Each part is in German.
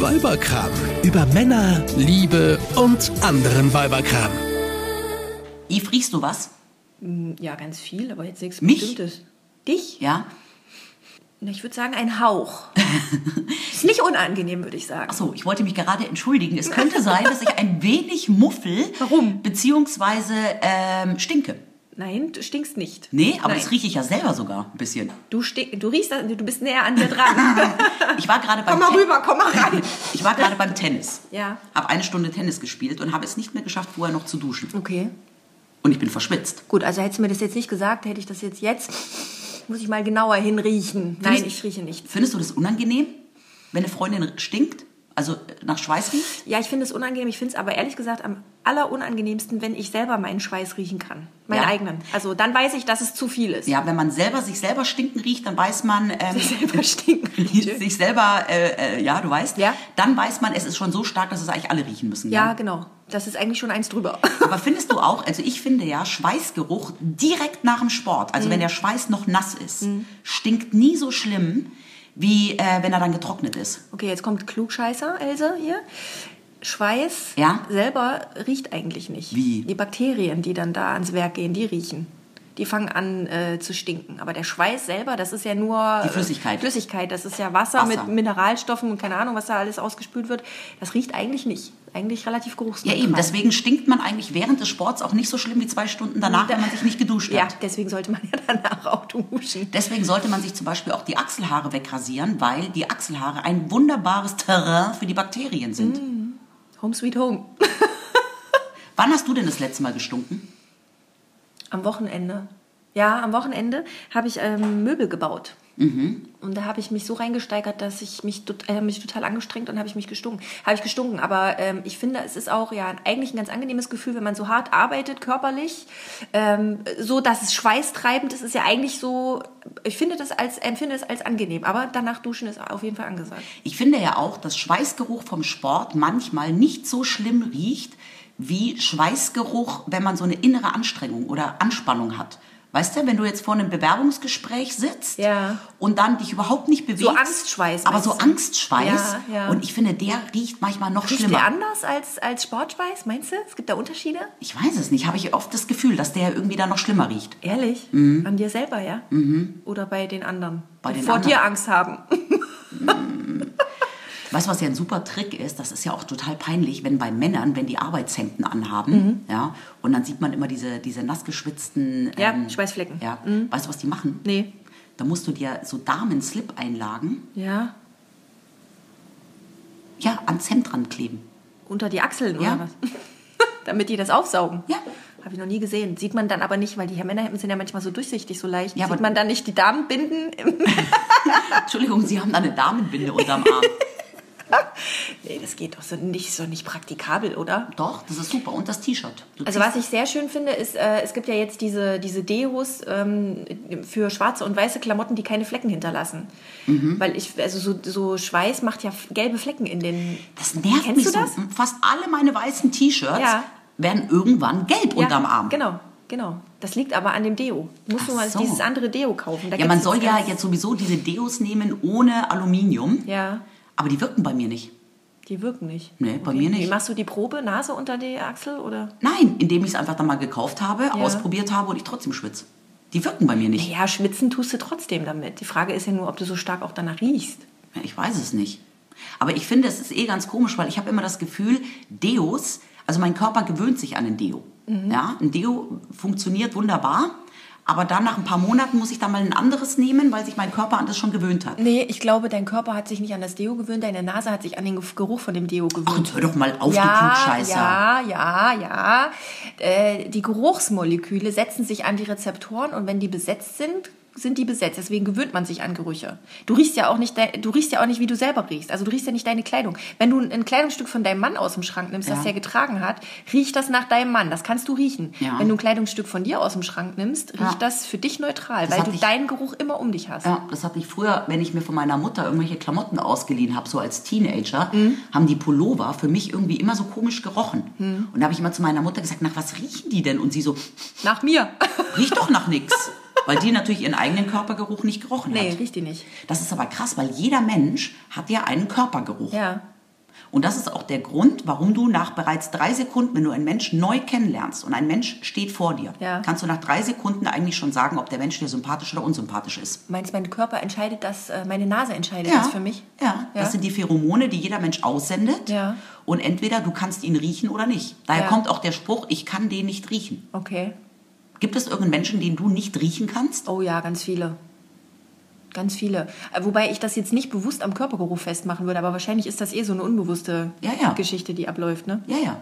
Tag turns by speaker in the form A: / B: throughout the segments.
A: Weiberkram. Über Männer, Liebe und anderen Weiberkram.
B: Yves, riechst du was?
C: Hm, Ja, ganz viel, aber jetzt nichts
B: Mich?
C: Bestimmtes. Dich?
B: Ja?
C: Na, ich würde sagen, ein Hauch. Ist nicht unangenehm, würde ich sagen.
B: Achso, ich wollte mich gerade entschuldigen. Es könnte sein, dass ich ein wenig muffel.
C: Warum?
B: Beziehungsweise ähm, stinke.
C: Nein, du stinkst nicht.
B: Nee, aber
C: Nein.
B: das rieche ich ja selber sogar ein bisschen.
C: Du, stink, du riechst, das- du bist näher an mir dran.
B: Ich war gerade beim
C: komm mal
B: Ten-
C: rüber, komm mal rein.
B: Ich war gerade beim Tennis.
C: Ja.
B: Habe eine Stunde Tennis gespielt und habe es nicht mehr geschafft, vorher noch zu duschen.
C: Okay,
B: Und ich bin verschwitzt.
C: gut, also hättest du mir das jetzt nicht gesagt, hätte ich das jetzt jetzt. Muss ich mal genauer hinriechen. Nein, ich rieche nichts.
B: Findest du das unangenehm, wenn eine Freundin stinkt? Also äh, nach Schweiß riecht?
C: Ja, ich finde es unangenehm. Ich finde es aber ehrlich gesagt am allerunangenehmsten, wenn ich selber meinen Schweiß riechen kann. Meinen
B: Ja.
C: eigenen. Also dann weiß ich, dass es zu viel ist.
B: Ja, wenn man selber sich selber stinken riecht, dann weiß man, ähm,
C: Ich selber stinken.
B: sich selber, äh, äh, ja, du weißt,
C: Ja.
B: dann weiß man, es ist schon so stark, dass es eigentlich alle riechen müssen.
C: Ja,
B: ne?
C: genau. Das ist eigentlich schon eins drüber.
B: Aber findest du auch, also ich finde ja, Schweißgeruch direkt nach dem Sport, also
C: Mhm.
B: wenn der Schweiß noch nass ist, stinkt nie so schlimm, wie äh, wenn er dann getrocknet ist.
C: Okay, jetzt kommt Klugscheißer, Else, hier. Schweiß
B: Ja.
C: selber riecht eigentlich nicht.
B: Wie?
C: Die Bakterien, die dann da ans Werk gehen, die riechen. Die fangen an äh, zu stinken. Aber der Schweiß selber, das ist ja nur...
B: Die Flüssigkeit.
C: Äh, Flüssigkeit, das ist ja Wasser,
B: Wasser.
C: mit Mineralstoffen und keine Ahnung, was da alles ausgespült wird. Das riecht eigentlich nicht. Eigentlich relativ
B: Ja
C: geruchsneutral.
B: eben, deswegen stinkt man eigentlich während des Sports auch nicht so schlimm wie zwei Stunden danach, wenn man sich nicht geduscht
C: Ja,
B: hat.
C: deswegen sollte man ja danach auch duschen.
B: Deswegen sollte man sich zum Beispiel auch die Achselhaare wegrasieren, weil die Achselhaare ein wunderbares Terrain für die Bakterien sind.
C: Mhm. Home sweet home.
B: Wann hast du denn das letzte Mal gestunken?
C: Am Wochenende. Ja, am Wochenende habe ich ähm, Möbel gebaut. Und da habe ich mich so reingesteigert, dass ich mich, tot- äh, mich total angestrengt und habe ich mich gestunken. Habe ich gestunken. Aber ähm, ich finde, es ist auch ja eigentlich ein ganz angenehmes Gefühl, wenn man so hart arbeitet, körperlich, ähm, so dass es schweißtreibend ist, ist ja eigentlich so, ich finde das als, empfinde es als angenehm. Aber danach duschen ist auf jeden Fall angesagt.
B: Ich finde ja auch, dass Schweißgeruch vom Sport manchmal nicht so schlimm riecht wie Schweißgeruch, wenn man so eine innere Anstrengung oder Anspannung hat. Weißt du, wenn du jetzt vor einem Bewerbungsgespräch sitzt
C: Ja.
B: und dann dich überhaupt nicht bewegst.
C: So Angstschweiß,
B: Aber
C: meinst
B: so
C: du?
B: Angstschweiß.
C: Ja, ja.
B: Und ich finde, der riecht manchmal noch
C: Riecht
B: schlimmer.
C: der anders als, als Sportschweiß, meinst du? Es gibt da Unterschiede?
B: Ich weiß es nicht, habe ich oft das Gefühl, dass der irgendwie dann noch schlimmer riecht.
C: Ehrlich? An dir selber, ja? Oder bei den anderen?
B: Mhm. Bei
C: die
B: den
C: vor
B: anderen.
C: dir Angst haben.
B: Weißt du, was ja ein super Trick ist? Das ist ja auch total peinlich, wenn bei Männern, wenn die Arbeitshemden
C: Mhm.
B: anhaben, ja, und dann sieht man immer diese, diese nass geschwitzten...
C: Ja, Schweißflecken. Mhm.
B: Ja. Weißt du, was die machen?
C: Nee.
B: Da musst du dir so Damen-Slip-Einlagen,
C: Ja.
B: ja, ans Hemd dran kleben.
C: Unter die Achseln
B: Ja.
C: oder was? Damit die das aufsaugen.
B: Ja.
C: Habe ich noch nie gesehen. Sieht man dann aber nicht, weil die Männerhemden sind ja manchmal so durchsichtig, so leicht.
B: Ja,
C: Sieht
B: aber-
C: man dann nicht die Damenbinden? Im
B: Entschuldigung, sie haben da eine Damenbinde unterm Arm.
C: nee, das geht doch so nicht, so nicht praktikabel, oder?
B: Doch, das ist super. Und das T-Shirt. Du
C: Also
B: ziehst-
C: was ich sehr schön finde, ist, äh, es gibt ja jetzt diese, diese Dehos ähm, für schwarze und weiße Klamotten, die keine Flecken hinterlassen.
B: Mhm.
C: Weil ich, also so, so Schweiß macht ja f- gelbe Flecken in den...
B: Das nervt
C: Kennst
B: mich
C: du
B: so.
C: das?
B: Fast alle meine weißen T-Shirts
C: Ja.
B: werden irgendwann gelb unterm Arm.
C: Genau, genau. Das liegt aber an dem Deo. Du musst
B: Ach
C: nur mal
B: so.
C: dieses andere Deo kaufen. Da
B: Ja, man
C: gibt's
B: soll
C: das
B: ja
C: ganz-
B: jetzt sowieso diese Deos nehmen ohne Aluminium.
C: Ja,
B: Aber die wirken bei mir nicht.
C: die wirken nicht.
B: Nee, bei mir nicht.
C: Wie machst du die Probe? Nase unter die Achsel oder?
B: Nein, indem ich es einfach dann mal gekauft habe, ausprobiert habe und ich trotzdem schwitze. Die wirken bei mir nicht.
C: Ja, schwitzen tust du trotzdem damit. Die Frage ist ja nur, ob du so stark auch danach riechst.
B: Ja, Ich weiß es nicht. Aber ich finde, es ist eh ganz komisch, weil ich habe immer das Gefühl, Deos, also mein Körper gewöhnt sich an den Deo. Ja, ein Deo funktioniert wunderbar, aber dann nach ein paar Monaten muss ich dann mal ein anderes nehmen, weil sich mein Körper an das schon gewöhnt hat.
C: Nee, ich glaube, dein Körper hat sich nicht an das Deo gewöhnt, deine Nase hat sich an den Geruch von dem Deo
B: Ach,
C: gewöhnt.
B: jetzt hör doch mal auf, du Klugscheißer.
C: ja, ja, ja. Äh, die Geruchsmoleküle setzen sich an die Rezeptoren und wenn die besetzt sind, sind die besetzt. Deswegen gewöhnt man sich an Gerüche. Du riechst ja auch nicht, de- du riechst ja auch nicht, wie du selber riechst. Also du riechst ja nicht deine Kleidung. Wenn du ein Kleidungsstück von deinem Mann aus dem Schrank nimmst, das
B: Ja.
C: er getragen hat, riecht das nach deinem Mann. Das kannst du riechen.
B: Ja.
C: Wenn du ein Kleidungsstück von dir aus dem Schrank nimmst, riecht
B: Ja.
C: das für dich neutral,
B: Das
C: weil
B: hatte
C: du
B: ich-
C: deinen Geruch immer um dich hast.
B: Ja, das hatte ich früher, wenn ich mir von meiner Mutter irgendwelche Klamotten ausgeliehen habe, so als Teenager,
C: Mhm.
B: haben die Pullover für mich irgendwie immer so komisch gerochen.
C: Mhm.
B: Und da habe ich immer zu meiner Mutter gesagt, nach was riechen die denn? Und sie so,
C: Nach mir.
B: riecht doch nach nichts. Weil die natürlich ihren eigenen Körpergeruch nicht gerochen
C: nee,
B: hat.
C: riecht die nicht.
B: Das ist aber krass, weil jeder Mensch hat ja einen Körpergeruch.
C: Ja.
B: Und das ist auch der Grund, warum du nach bereits drei Sekunden, wenn du einen Menschen neu kennenlernst und ein Mensch steht vor dir,
C: Ja.
B: kannst du nach drei Sekunden eigentlich schon sagen, ob der Mensch dir sympathisch oder unsympathisch ist.
C: Meinst du, mein Körper entscheidet das, äh, meine Nase entscheidet das für mich?
B: Ja, das sind die Pheromone, die jeder Mensch aussendet.
C: Ja.
B: Und entweder du kannst ihn riechen oder nicht. Daher
C: Ja.
B: kommt auch der Spruch, ich kann den nicht riechen.
C: Okay.
B: Gibt es irgendeinen Menschen, den du nicht riechen kannst?
C: Oh ja, ganz viele. Ganz viele. Äh, Wobei ich das jetzt nicht bewusst am Körpergeruch festmachen würde, aber wahrscheinlich ist das eh so eine unbewusste
B: Ja, ja.
C: Geschichte, die abläuft, ne?
B: Ja, ja.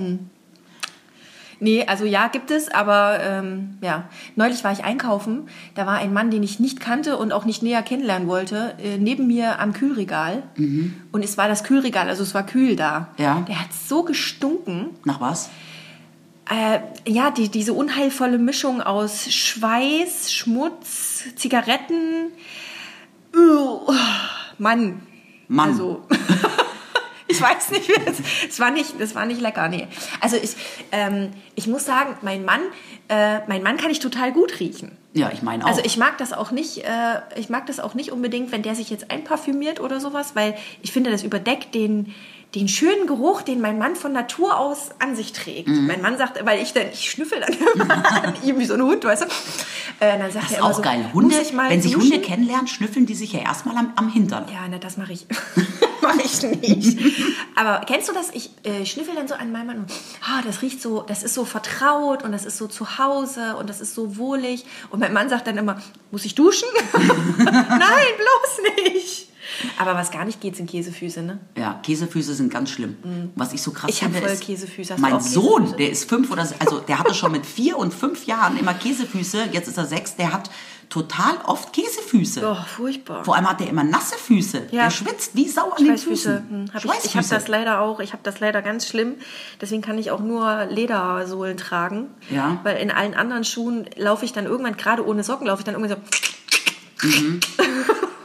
C: Nee, also ja, gibt es, aber ähm, ja. Neulich war ich einkaufen, da war ein Mann, den ich nicht kannte und auch nicht näher kennenlernen wollte, äh, neben mir am Kühlregal. Und es war das Kühlregal, also es war kühl da.
B: Mhm. Ja.
C: Der hat so gestunken.
B: Nach was?
C: Äh, ja, die, diese unheilvolle Mischung aus Schweiß, Schmutz, Zigaretten. Ugh, Mann.
B: Mann.
C: Also, ich weiß nicht, wie das, es war nicht, das war nicht lecker, nee. Also ich, ähm, ich muss sagen, mein Mann, äh, mein Mann kann ich total gut riechen.
B: Ja, ich meine auch.
C: Also ich mag das auch nicht, äh, ich mag das auch nicht unbedingt, wenn der sich jetzt einparfümiert oder sowas, weil ich finde, das überdeckt den, den schönen Geruch, den mein Mann von Natur aus an sich trägt.
B: Mhm.
C: Mein Mann sagt, weil ich dann, ich schnüffel dann immer an ihm wie so ein Hund, weißt du? Äh, dann sagt
B: das ist
C: er immer
B: auch
C: so,
B: geil. Hunde,
C: muss ich mal
B: wenn sich
C: duschen?
B: Hunde kennenlernen, schnüffeln die sich ja erstmal am, am Hintern.
C: Ja, na, das mache ich. mache ich nicht. Aber kennst du das? Ich äh, schnüffel dann so an meinem Mann. und, Ah, das riecht so, das ist so vertraut und das ist so zu Hause und das ist so wohlig. Und mein Mann sagt dann immer, muss ich duschen? Nein, bloß nicht. Aber was gar nicht geht, sind Käsefüße, ne?
B: Ja, Käsefüße sind ganz schlimm. Was ich so krass
C: Hm. Ich hab
B: finde,
C: voll
B: ist,
C: Käsefüße. Hast du
B: mein
C: auch
B: Sohn,
C: Käsefüße?
B: der ist fünf oder se- also der hatte schon mit vier und fünf Jahren immer Käsefüße. Jetzt ist er sechs. Der hat total oft Käsefüße.
C: Oh, furchtbar.
B: Vor allem hat er immer nasse Füße.
C: Ja.
B: Der schwitzt wie Sau an den
C: Schweißfüße.
B: Füßen.
C: Hm, hab ich ich habe das leider auch. Ich habe das leider ganz schlimm. Deswegen kann ich auch nur Ledersohlen tragen.
B: Ja.
C: Weil in allen anderen Schuhen laufe ich dann irgendwann, gerade ohne Socken, laufe ich dann irgendwie so.
B: Mhm.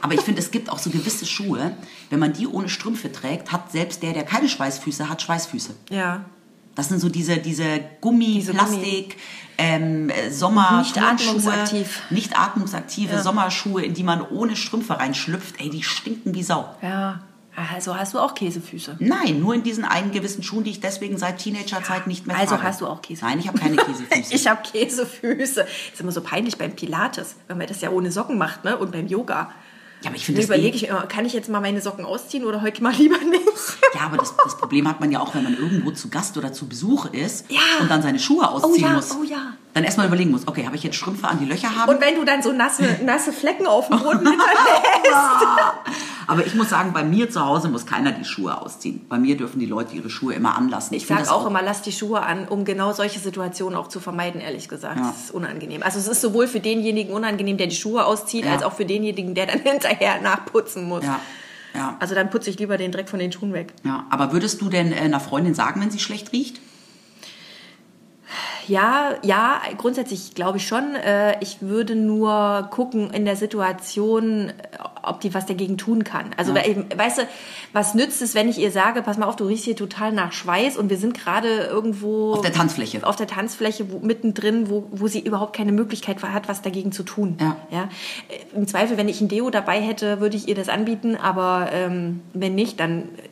B: Aber ich finde, es gibt auch so gewisse Schuhe, wenn man die ohne Strümpfe trägt, hat selbst der, der keine Schweißfüße hat, Schweißfüße.
C: Ja.
B: Das sind so diese, diese Gummi,
C: Diese
B: Plastik, Ähm, äh, Sommer,
C: Nicht
B: Turnschuhe,
C: atmungsaktiv.
B: Nicht atmungsaktive Sommerschuhe, in die man ohne Strümpfe reinschlüpft. Ey, die stinken wie Sau.
C: Ja. Also hast du auch Käsefüße.
B: Nein, nur in diesen einen gewissen Schuhen, die ich deswegen seit Teenagerzeit nicht mehr
C: Also
B: trage.
C: hast du auch Käsefüße.
B: Nein, ich habe keine Käsefüße.
C: Ich habe Käsefüße. Ist immer so peinlich beim Pilates, wenn man das ja ohne Socken macht, ne? Und beim Yoga.
B: ja, aber ich
C: Da
B: finde das eh-
C: überlege ich mir immer, kann ich jetzt mal meine Socken ausziehen oder heute mal lieber nicht?
B: Ja, aber das, das Problem hat man ja auch, wenn man irgendwo zu Gast oder zu Besuch ist
C: Ja.
B: und dann seine Schuhe ausziehen
C: ja,
B: muss.
C: oh ja.
B: Dann erstmal überlegen muss, okay, habe ich jetzt Strümpfe an, die Löcher haben?
C: Und wenn du dann so nasse, nasse Flecken auf dem Boden hinterlässt.
B: aber ich muss sagen, bei mir zu Hause muss keiner die Schuhe ausziehen. Bei mir dürfen die Leute ihre Schuhe immer anlassen.
C: Ich
B: finde
C: sage
B: das
C: auch immer, lass die Schuhe an, um genau solche Situationen auch zu vermeiden, ehrlich gesagt.
B: Ja.
C: Das ist unangenehm. Also es ist sowohl für denjenigen unangenehm, der die Schuhe auszieht,
B: Ja.
C: als auch für denjenigen, der dann hinterher nachputzen muss.
B: Ja, ja,
C: Also dann putze ich lieber den Dreck von den Schuhen weg.
B: ja. Aber würdest du denn äh, einer Freundin sagen, wenn sie schlecht riecht?
C: Ja, ja, grundsätzlich glaube ich schon. Äh, Ich würde nur gucken in der Situation, äh, ob die was dagegen tun kann. Also, we- weißt du, was nützt es, wenn ich ihr sage, pass mal auf, du riechst hier total nach Schweiß und wir sind gerade irgendwo...
B: Auf der Tanzfläche.
C: Auf der Tanzfläche wo, mittendrin, wo, wo sie überhaupt keine Möglichkeit hat, was dagegen zu tun.
B: Ja.
C: Ja? Äh, Im Zweifel, wenn ich ein Deo dabei hätte, würde ich ihr das anbieten, aber ähm, wenn nicht, dann... äh,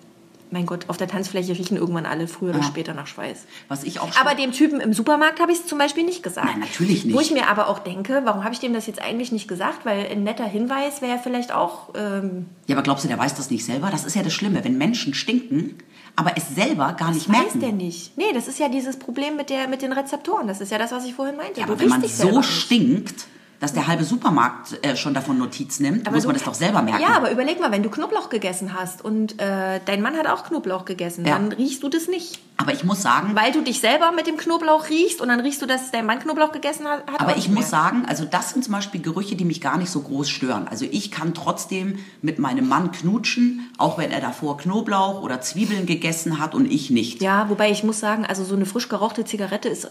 C: Mein Gott, auf der Tanzfläche riechen irgendwann alle früher oder
B: Ja.
C: später nach Schweiß.
B: Was ich auch
C: Aber dem Typen im Supermarkt habe ich es zum Beispiel nicht gesagt.
B: Nein, natürlich nicht.
C: Wo ich mir aber auch denke, warum habe ich dem das jetzt eigentlich nicht gesagt? Weil ein netter Hinweis wäre vielleicht auch. Ähm,
B: Ja, aber glaubst du, der weiß das nicht selber? Das ist ja das Schlimme, wenn Menschen stinken, aber es selber gar nicht merken.
C: weiß der nicht. Nee, das ist ja dieses Problem mit, der, mit den Rezeptoren. Das ist ja das, was ich vorhin meinte.
B: Ja,
C: Du
B: aber wenn man
C: riechst dich selber
B: so
C: nicht.
B: stinkt, dass der halbe Supermarkt äh, schon davon Notiz nimmt, muss
C: du-
B: man das doch selber merken.
C: Ja, aber überleg mal, wenn du Knoblauch gegessen hast und äh, dein Mann hat auch Knoblauch gegessen,
B: Ja.
C: dann riechst du das nicht.
B: aber ich muss sagen,
C: Weil du dich selber mit dem Knoblauch riechst und dann riechst du, dass dein Mann Knoblauch gegessen hat. hat
B: aber
C: auch
B: ich
C: nicht
B: muss
C: mehr.
B: sagen, also das sind zum Beispiel Gerüche, die mich gar nicht so groß stören. Also ich kann trotzdem mit meinem Mann knutschen, auch wenn er davor Knoblauch oder Zwiebeln gegessen hat und ich nicht.
C: Ja, wobei ich muss sagen, also so eine frisch gerauchte Zigarette ist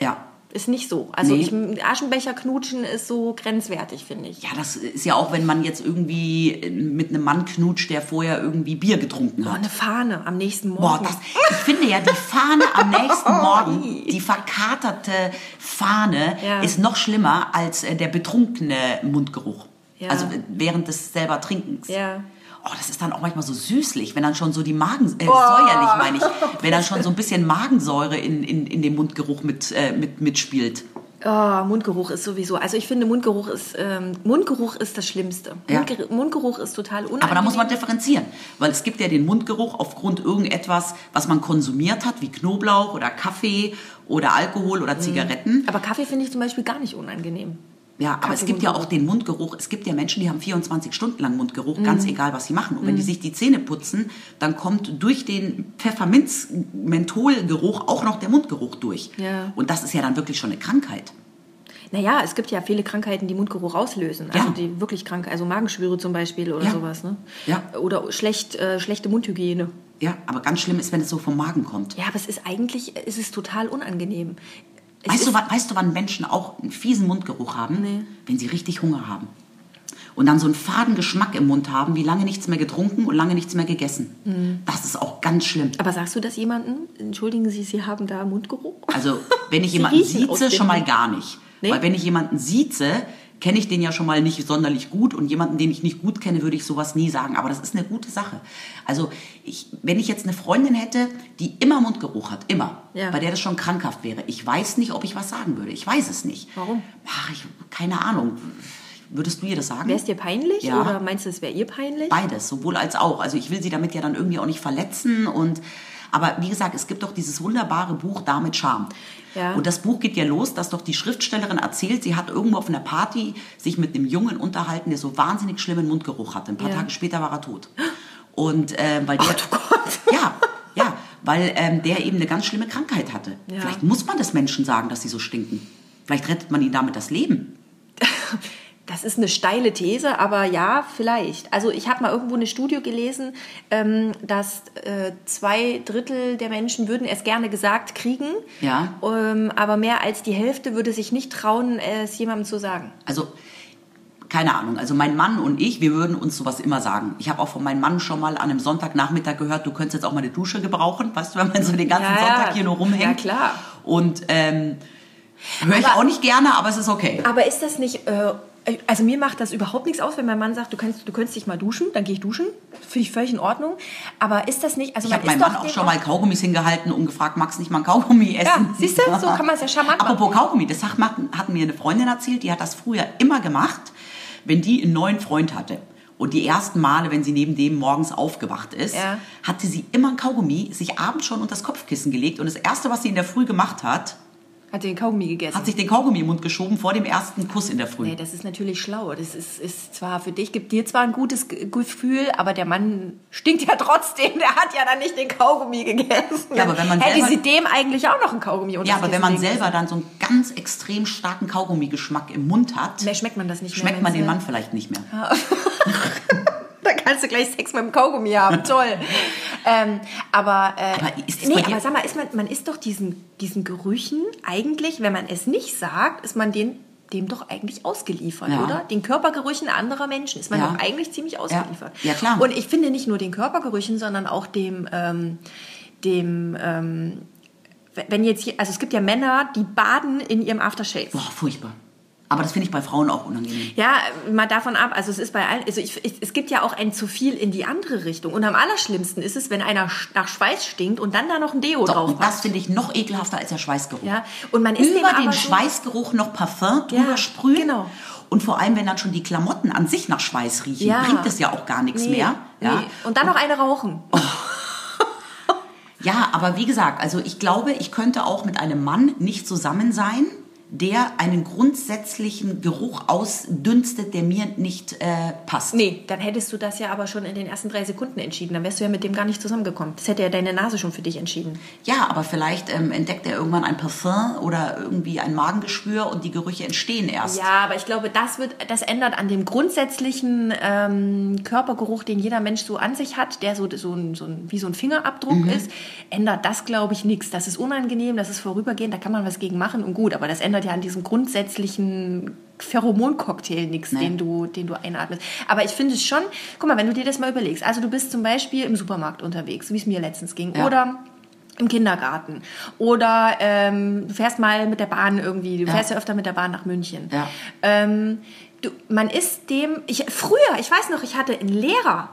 B: ja.
C: Ist nicht so. Also
B: Nee.
C: ich, Aschenbecher knutschen ist so grenzwertig, finde ich.
B: Ja, das ist ja auch, wenn man jetzt irgendwie mit einem Mann knutscht, der vorher irgendwie Bier getrunken
C: Boah,
B: hat.
C: Oh, eine Fahne am nächsten
B: Boah,
C: Morgen.
B: das, ich finde ja, die Fahne am nächsten Morgen, die verkaterte Fahne,
C: Ja.
B: ist noch schlimmer als äh, der betrunkene Mundgeruch.
C: Ja.
B: Also äh, während des selber Trinkens.
C: Ja.
B: Oh, das ist dann auch manchmal so süßlich, wenn dann schon so die Magen, äh, säuerlich meine ich, wenn dann schon so ein bisschen Magensäure in, in, in dem Mundgeruch mit, äh, mit, mitspielt.
C: Oh, Mundgeruch ist sowieso. Also ich finde Mundgeruch ist ähm, Mundgeruch ist das Schlimmste.
B: Ja.
C: Mundger Mundgeruch ist total unangenehm.
B: Aber da muss man differenzieren, weil es gibt ja den Mundgeruch aufgrund irgendetwas, was man konsumiert hat, wie Knoblauch oder Kaffee oder Alkohol
C: Mhm.
B: oder Zigaretten.
C: Aber Kaffee finde ich zum Beispiel gar nicht unangenehm.
B: Ja, aber es gibt ja auch den Mundgeruch. Es gibt ja Menschen, die haben 24 Stunden lang Mundgeruch,
C: Mhm.
B: ganz egal, was sie machen. Und wenn die sich die Zähne putzen, dann kommt durch den Pfefferminz-Mentholgeruch auch noch der Mundgeruch durch.
C: Ja.
B: Und das ist ja dann wirklich schon eine Krankheit.
C: Naja, es gibt ja viele Krankheiten, die Mundgeruch auslösen. Also
B: Ja.
C: die wirklich krank, also Magenschwüre zum Beispiel oder
B: Ja.
C: sowas. Ne?
B: Ja.
C: Oder schlecht, äh, schlechte Mundhygiene.
B: Ja, aber ganz schlimm ist, wenn es so vom Magen kommt.
C: Ja, aber es ist eigentlich, es ist total unangenehm. Es
B: Weißt
C: ist,
B: du, wa- weißt du, wann Menschen auch einen fiesen Mundgeruch haben?
C: Nee.
B: Wenn sie richtig Hunger haben. Und dann so einen faden Geschmack im Mund haben, wie lange nichts mehr getrunken und lange nichts mehr gegessen.
C: Mhm.
B: Das ist auch ganz schlimm.
C: Aber sagst du das jemandem? Entschuldigen Sie, Sie haben da Mundgeruch?
B: Also, wenn ich
C: Sie
B: jemanden
C: riechen aus
B: sieze,
C: dem
B: schon mal
C: Mund.
B: gar nicht.
C: Nee?
B: Weil wenn ich jemanden sieze, kenne ich den ja schon mal nicht sonderlich gut und jemanden, den ich nicht gut kenne, würde ich sowas nie sagen. Aber das ist eine gute Sache. Also, ich, wenn ich jetzt eine Freundin hätte, die immer Mundgeruch hat, immer,
C: Ja.
B: bei der das schon krankhaft wäre, ich weiß nicht, ob ich was sagen würde. Ich weiß es nicht.
C: Warum?
B: Ach, ich, keine Ahnung. Würdest du ihr das sagen?
C: Wäre es dir peinlich?
B: Ja.
C: Oder meinst du, es wäre ihr peinlich?
B: Beides, sowohl als auch. Also ich will sie damit ja dann irgendwie auch nicht verletzen und aber wie gesagt, es gibt doch dieses wunderbare Buch Da mit Charme.
C: Ja.
B: Und das Buch geht ja los, dass doch die Schriftstellerin erzählt, sie hat irgendwo auf einer Party sich mit einem Jungen unterhalten, der so wahnsinnig schlimmen Mundgeruch hatte. Ein paar
C: Ja.
B: Tage später war er tot. Und ähm, weil der,
C: Ach du Gott.
B: ja, ja, weil ähm, der eben eine ganz schlimme Krankheit hatte.
C: Ja.
B: Vielleicht muss man das Menschen sagen, dass sie so stinken. Vielleicht rettet man ihnen damit das Leben.
C: Das ist eine steile These, aber ja, vielleicht. Also ich habe mal irgendwo eine Studie gelesen, ähm, dass äh, zwei Drittel der Menschen würden es gerne gesagt kriegen,
B: Ja.
C: ähm, aber mehr als die Hälfte würde sich nicht trauen, es jemandem zu sagen.
B: Also, keine Ahnung. Also, mein Mann und ich, wir würden uns sowas immer sagen. Ich habe auch von meinem Mann schon mal an einem Sonntagnachmittag gehört, du könntest jetzt auch mal eine Dusche gebrauchen, weißt du, wenn man so den ganzen
C: Ja, ja.
B: Sonntag hier nur rumhängt.
C: Ja, klar.
B: Und ähm, höre ich
C: Aber-
B: auch nicht gerne, aber es ist okay.
C: Aber ist das nicht, äh, also mir macht das überhaupt nichts aus, wenn mein Mann sagt, du kannst, du könntest dich mal duschen, dann gehe ich duschen, finde ich völlig in Ordnung. Aber ist das nicht, also
B: Ich habe
C: man
B: meinem
C: ist
B: Mann
C: doch
B: auch
C: dem
B: schon mal Kaugummis hingehalten und gefragt, magst nicht mal ein Kaugummi essen?
C: Ja, siehst du, so kann man es ja charmant machen.
B: Apropos Kaugummi, das hat, hat mir eine Freundin erzählt, die hat das früher immer gemacht, wenn die einen neuen Freund hatte. Und die ersten Male, wenn sie neben dem morgens aufgewacht ist,
C: Ja.
B: hatte sie immer ein Kaugummi, sich abends schon unter das Kopfkissen gelegt. Und das Erste, was sie in der Früh gemacht hat,
C: Hat den Kaugummi gegessen.
B: hat sich den Kaugummi im Mund geschoben vor dem ersten Kuss in der Früh.
C: Nee, das ist natürlich schlau. Das ist, ist zwar für dich, gibt dir zwar ein gutes Ge- Gefühl, aber der Mann stinkt ja trotzdem. Der hat ja dann nicht den Kaugummi gegessen.
B: Ja, aber wenn man
C: Hätte
B: selber-
C: sie dem eigentlich auch noch einen Kaugummi unter
B: ja,
C: das
B: aber wenn
C: Kissen
B: man
C: legen
B: selber dann so einen ganz extrem starken Kaugummigeschmack im Mund hat,
C: müssen. Nee, schmeckt man das nicht
B: schmeckt
C: mehr.
B: man den Mann vielleicht nicht mehr.
C: Da kannst du gleich Sex mit dem Kaugummi haben. Toll. ähm, aber, äh,
B: Aber ist das bei
C: nee,
B: dir-
C: aber sag mal, ist man, man ist doch diesen, diesen Gerüchen eigentlich, wenn man es nicht sagt, ist man den, dem doch eigentlich ausgeliefert,
B: Ja.
C: oder? Den Körpergerüchen anderer Menschen ist man
B: Ja.
C: doch eigentlich ziemlich ausgeliefert.
B: Ja, klar.
C: Und ich finde nicht nur den Körpergerüchen, sondern auch dem, ähm, dem ähm, wenn jetzt, hier- also es gibt ja Männer, die baden in ihrem Aftershave.
B: Boah, furchtbar. Aber das finde ich bei Frauen auch unangenehm.
C: Ja, mal davon ab. Also es ist bei allen, also ich, ich, es gibt ja auch ein zu viel in die andere Richtung. Und am allerschlimmsten ist es, wenn einer sch- nach Schweiß stinkt und dann da noch ein Deo
B: So,
C: drauf
B: und das
C: passt.
B: finde ich noch ekelhafter als der Schweißgeruch.
C: Ja, und man ist dem
B: Über
C: aber
B: den
C: so-
B: Schweißgeruch noch Parfum drüber
C: Ja,
B: sprühen.
C: genau.
B: Und vor allem, wenn dann schon die Klamotten an sich nach Schweiß riechen,
C: Ja.
B: bringt das ja auch gar nichts mehr. Ja.
C: nee. Und dann noch eine rauchen.
B: ja, aber wie gesagt, also ich glaube, ich könnte auch mit einem Mann nicht zusammen sein, der einen grundsätzlichen Geruch ausdünstet, der mir nicht äh, passt.
C: Nee, dann hättest du das ja aber schon in den ersten drei Sekunden entschieden. Dann wärst du ja mit dem gar nicht zusammengekommen. Das hätte ja deine Nase schon für dich entschieden.
B: Ja, aber vielleicht ähm, entdeckt er irgendwann ein Parfum oder irgendwie ein Magengeschwür und die Gerüche entstehen erst.
C: Ja, aber ich glaube, das, wird, das ändert an dem grundsätzlichen ähm, Körpergeruch, den jeder Mensch so an sich hat, der so, so, ein, so ein, wie so ein Fingerabdruck
B: Mhm.
C: ist, ändert das, glaube ich, nichts. Das ist unangenehm, das ist vorübergehend, da kann man was gegen machen und gut, aber das ändert ja an diesem grundsätzlichen Pheromoncocktail nichts, den, du, den du einatmest. Aber ich finde es schon, guck mal, wenn du dir das mal überlegst, also du bist zum Beispiel im Supermarkt unterwegs, wie es mir letztens ging,
B: Ja.
C: oder im Kindergarten oder ähm, du fährst mal mit der Bahn irgendwie, du
B: Ja.
C: fährst ja öfter mit der Bahn nach München.
B: Ja.
C: Ähm, du, man ist dem, ich, früher, ich weiß noch, ich hatte einen Lehrer,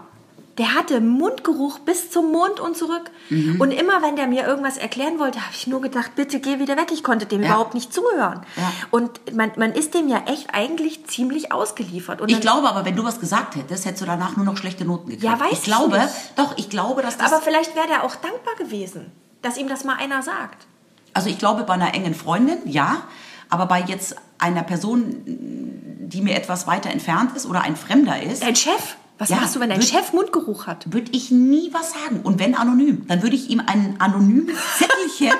C: der hatte Mundgeruch bis zum Mond und zurück.
B: Mhm.
C: Und immer, wenn der mir irgendwas erklären wollte, habe ich nur gedacht, bitte geh wieder weg. Ich konnte dem
B: Ja.
C: überhaupt nicht zuhören.
B: Ja.
C: Und man, man ist dem ja echt eigentlich ziemlich ausgeliefert. Und
B: Ich
C: dann-
B: glaube aber, wenn du was gesagt hättest, hättest du danach nur noch schlechte Noten gekriegt.
C: Ja, weiß
B: ich
C: ich
B: glaube,
C: nicht.
B: doch, ich glaube, dass das
C: aber vielleicht wäre der auch dankbar gewesen, dass ihm das mal einer sagt.
B: Also ich glaube bei einer engen Freundin, ja, aber bei jetzt einer Person, die mir etwas weiter entfernt ist oder ein Fremder ist,
C: Dein Chef? Was
B: Ja,
C: machst du, wenn dein
B: würd-
C: Chef Mundgeruch hat?
B: würde ich nie was sagen. Und wenn anonym, dann würde ich ihm einen anonymen Zettelchen,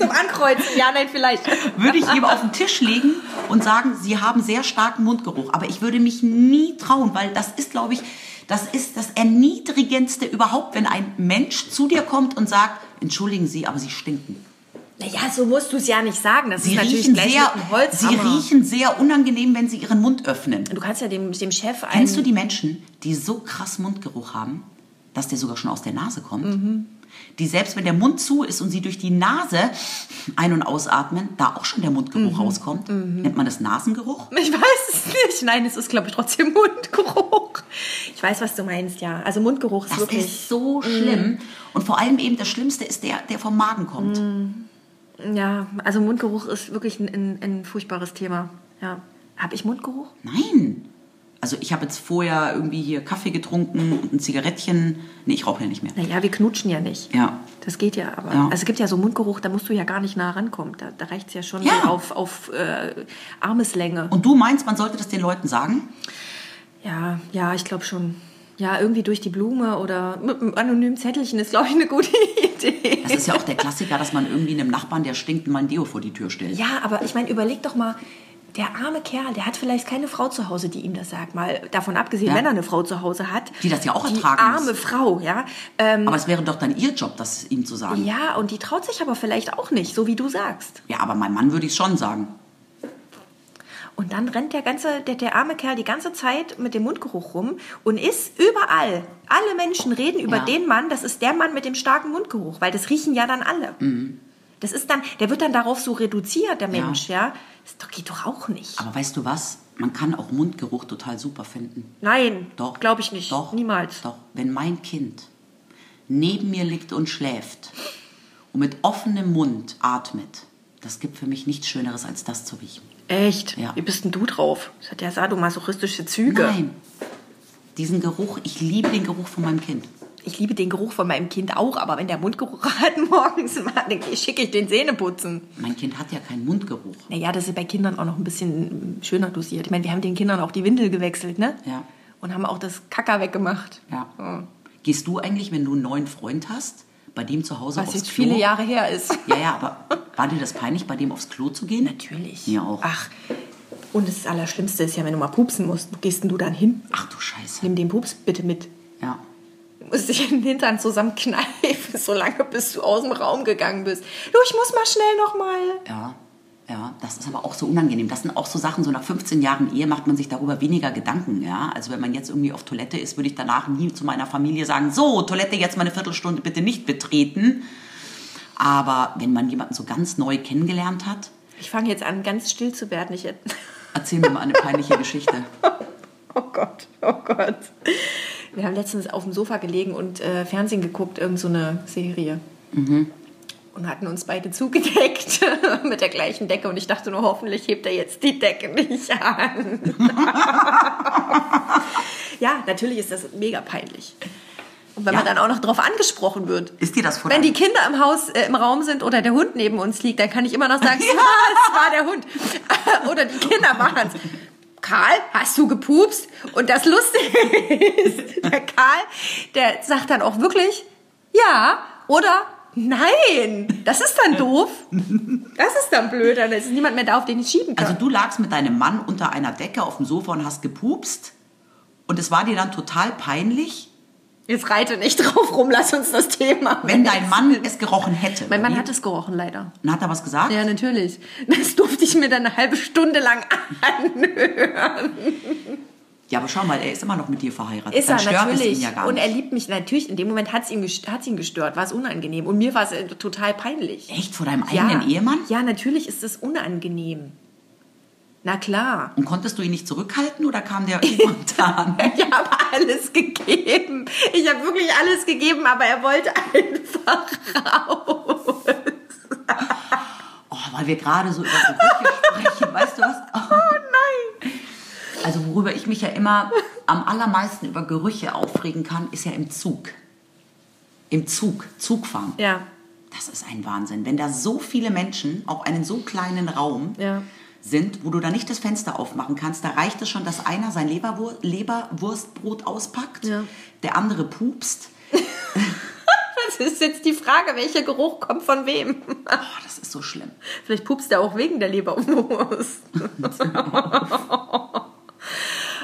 C: Zum Ankreuzen, ja, nein, vielleicht.
B: würde ich ihm auf den Tisch legen und sagen, Sie haben sehr starken Mundgeruch. Aber ich würde mich nie trauen, weil das ist, glaube ich, das ist das Erniedrigendste überhaupt, wenn ein Mensch zu dir kommt und sagt, entschuldigen Sie, aber Sie stinken.
C: Naja, so musst du es ja nicht sagen. Das
B: Sie
C: ist natürlich
B: riechen,
C: gleich
B: sehr,
C: mit einem
B: Sie
C: Holzhammer.
B: riechen sehr unangenehm, wenn Sie Ihren Mund öffnen.
C: Du kannst ja dem, dem Chef einen...
B: Kennst du die Menschen, die so krass Mundgeruch haben, dass der sogar schon aus der Nase kommt?
C: Mhm.
B: Die selbst wenn der Mund zu ist und sie durch die Nase ein- und ausatmen, da auch schon der Mundgeruch
C: Mhm.
B: rauskommt. Nennt man das Nasengeruch?
C: Ich weiß es nicht. Nein, es ist, glaube ich, trotzdem Mundgeruch. Ich weiß, was du meinst, ja. Also Mundgeruch ist
B: Das
C: wirklich...
B: ist so schlimm. Und vor allem eben das Schlimmste ist der, der vom Magen kommt.
C: Ja, also Mundgeruch ist wirklich ein, ein, ein furchtbares Thema. Ja. Habe ich Mundgeruch?
B: Nein. Also ich habe jetzt vorher irgendwie hier Kaffee getrunken und ein Zigarettchen. Nee, ich rauche ja nicht mehr.
C: Naja, wir knutschen ja nicht.
B: Ja.
C: Das geht ja, aber
B: Ja.
C: also es gibt ja so Mundgeruch, da musst du ja gar nicht nah rankommen. Da, da reicht es ja schon
B: Ja.
C: so auf, auf äh, Armeslänge.
B: Und du meinst, man sollte das den Leuten sagen?
C: Ja, ja, ich glaube schon. Ja, irgendwie durch die Blume oder mit einem anonymen Zettelchen ist, glaube ich, eine gute Idee.
B: Das ist ja auch der Klassiker, dass man irgendwie einem Nachbarn, der stinkt, mal ein Deo vor die Tür stellt.
C: Ja, aber ich meine, überleg doch mal, der arme Kerl, der hat vielleicht keine Frau zu Hause, die ihm das sagt. Mal davon abgesehen,
B: Ja.
C: wenn er eine Frau zu Hause hat.
B: Die das ja auch
C: Die
B: ertragen muss.
C: arme Frau, ja. Ähm,
B: Aber es wäre doch dann ihr Job, das ihm zu sagen. Ja,
C: ja, und die traut sich aber vielleicht auch nicht, so wie du sagst.
B: aber mein Mann würde ich schon sagen.
C: Und dann rennt der ganze, der, der arme Kerl die ganze Zeit mit dem Mundgeruch rum und ist überall. Alle Menschen reden über
B: Ja.
C: den Mann, das ist der Mann mit dem starken Mundgeruch, weil das riechen ja dann alle.
B: Mhm.
C: Das ist dann, der wird dann darauf so reduziert, der Mensch, ja. Das doch- geht doch auch nicht.
B: Aber weißt du was? Man kann auch Mundgeruch total super finden.
C: Nein,
B: Doch.
C: glaube ich nicht.
B: Doch.
C: Niemals.
B: Doch. Wenn mein Kind neben mir liegt und schläft und mit offenem Mund atmet, das gibt für mich nichts Schöneres, als das zu riechen.
C: Echt?
B: Ja.
C: Wie bist denn du drauf? Das hat ja sadomasochistische Züge.
B: Nein. Diesen Geruch, ich liebe den Geruch von meinem Kind.
C: Ich liebe den Geruch von meinem Kind auch, aber wenn der Mundgeruch hat morgens, dann schicke ich den Zähneputzen.
B: Mein Kind hat ja keinen Mundgeruch.
C: Naja, das ist bei Kindern auch noch ein bisschen hm, schöner dosiert. Ich meine, wir haben den Kindern auch die Windel gewechselt, ne?
B: Ja.
C: Und haben auch das Kacker weggemacht. Oh.
B: Ja. Gehst du eigentlich, wenn du einen neuen Freund hast, bei dem zu Hause
C: Was
B: aufs
C: jetzt
B: Klo?
C: viele Jahre her ist.
B: Ja, ja, aber war dir das peinlich, bei dem aufs Klo zu gehen?
C: Natürlich.
B: Mir auch.
C: Ach, und das Allerschlimmste ist ja, wenn du mal pupsen musst, wo gehst denn du dann hin?
B: Ach du Scheiße.
C: Nimm den Pups bitte mit.
B: Ja.
C: Du musst dich in den Hintern zusammenkneifen, solange bis du aus dem Raum gegangen bist. Du, ich muss mal schnell nochmal.
B: Ja. Ja, das ist aber auch so unangenehm. Das sind auch so Sachen, so nach 15 Jahren Ehe macht man sich darüber weniger Gedanken, ja. Also wenn man jetzt irgendwie auf Toilette ist, würde ich danach nie zu meiner Familie sagen, so, Toilette jetzt mal eine Viertelstunde bitte nicht betreten. Aber wenn man jemanden so ganz neu kennengelernt hat,
C: Ich fange jetzt an, ganz still zu werden. Ich,
B: erzähl mir mal eine peinliche Geschichte.
C: Oh Gott, oh Gott. Wir haben letztens auf dem Sofa gelegen und äh, Fernsehen geguckt, irgend so eine Serie. Und hatten uns beide zugedeckt mit der gleichen Decke. Und ich dachte nur, hoffentlich hebt er jetzt die Decke nicht an. ja, natürlich ist das mega peinlich. Und wenn man
B: Ja.
C: dann auch noch drauf angesprochen wird.
B: Ist dir das vor?
C: Wenn die Kinder im Haus, äh, im Raum sind oder der Hund neben uns liegt, dann kann ich immer noch sagen, ja, es war der Hund. oder die Kinder machen es. Karl, hast du gepupst? Und das Lustige ist, der Karl, der sagt dann auch wirklich, ja oder nein. Das ist dann doof. Das ist dann blöd. Dann ist niemand mehr da, auf den ich schieben kann.
B: Also du lagst mit deinem Mann unter einer Decke auf dem Sofa und hast gepupst und es war dir dann total peinlich,
C: Jetzt reite nicht drauf rum, lass uns das Thema.
B: wenn dein Mann es gerochen hätte.
C: mein Mann
B: oder wie?
C: hat es gerochen, leider.
B: Und hat er was gesagt?
C: Ja, natürlich. Das durfte ich mir dann eine halbe Stunde lang anhören.
B: Ja, aber schau mal, er ist immer noch mit dir verheiratet. dann stört es ihn ja gar
C: und
B: nicht.
C: er liebt mich natürlich. In dem Moment hat es ihn, gest- hat's ihn gestört, war es unangenehm. Und mir war es äh, total peinlich.
B: Echt vor deinem eigenen Ehemann?
C: Ja, natürlich ist es unangenehm. Na klar.
B: Und konntest du ihn nicht zurückhalten oder kam der spontan?
C: Ich habe alles gegeben. Ich habe wirklich alles gegeben, aber er wollte einfach raus.
B: Oh, weil wir gerade so über Gerüche sprechen, weißt du was?
C: Oh nein.
B: Also worüber ich mich ja immer am allermeisten über Gerüche aufregen kann, ist ja im Zug. Im Zug, Zugfahren.
C: Ja,
B: Das ist ein Wahnsinn. Wenn da so viele Menschen auf einen so kleinen Raum
C: Ja.
B: sind, wo du da nicht das Fenster aufmachen kannst, da reicht es schon, dass einer sein Leberwur Leberwurstbrot auspackt,
C: Ja.
B: der andere pupst.
C: das ist jetzt die Frage, welcher Geruch kommt von wem.
B: Oh, das ist so schlimm.
C: Vielleicht pupst er auch wegen der Leberwurst.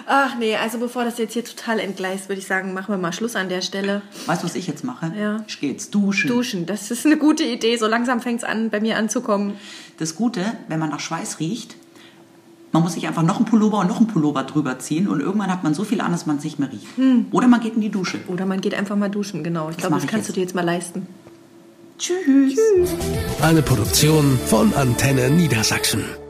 C: Ach nee, also bevor das jetzt hier total entgleist, würde ich sagen, machen wir mal Schluss an der Stelle.
B: Weißt du, was ich jetzt mache?
C: Ja.
B: Ich gehe jetzt duschen.
C: Duschen, das ist eine gute Idee. So langsam fängt es an, bei mir anzukommen.
B: Das Gute, wenn man nach Schweiß riecht, man muss sich einfach noch einen Pullover und noch einen Pullover drüber ziehen und irgendwann hat man so viel an, dass man es nicht mehr riecht.
C: Hm.
B: Oder man geht in die Dusche.
C: Oder man geht einfach mal duschen, genau. Ich glaube,
B: mach
C: das
B: ich
C: kannst du
B: jetzt.
C: dir jetzt mal leisten.
B: Tschüss.
A: Eine Produktion von Antenne Niedersachsen.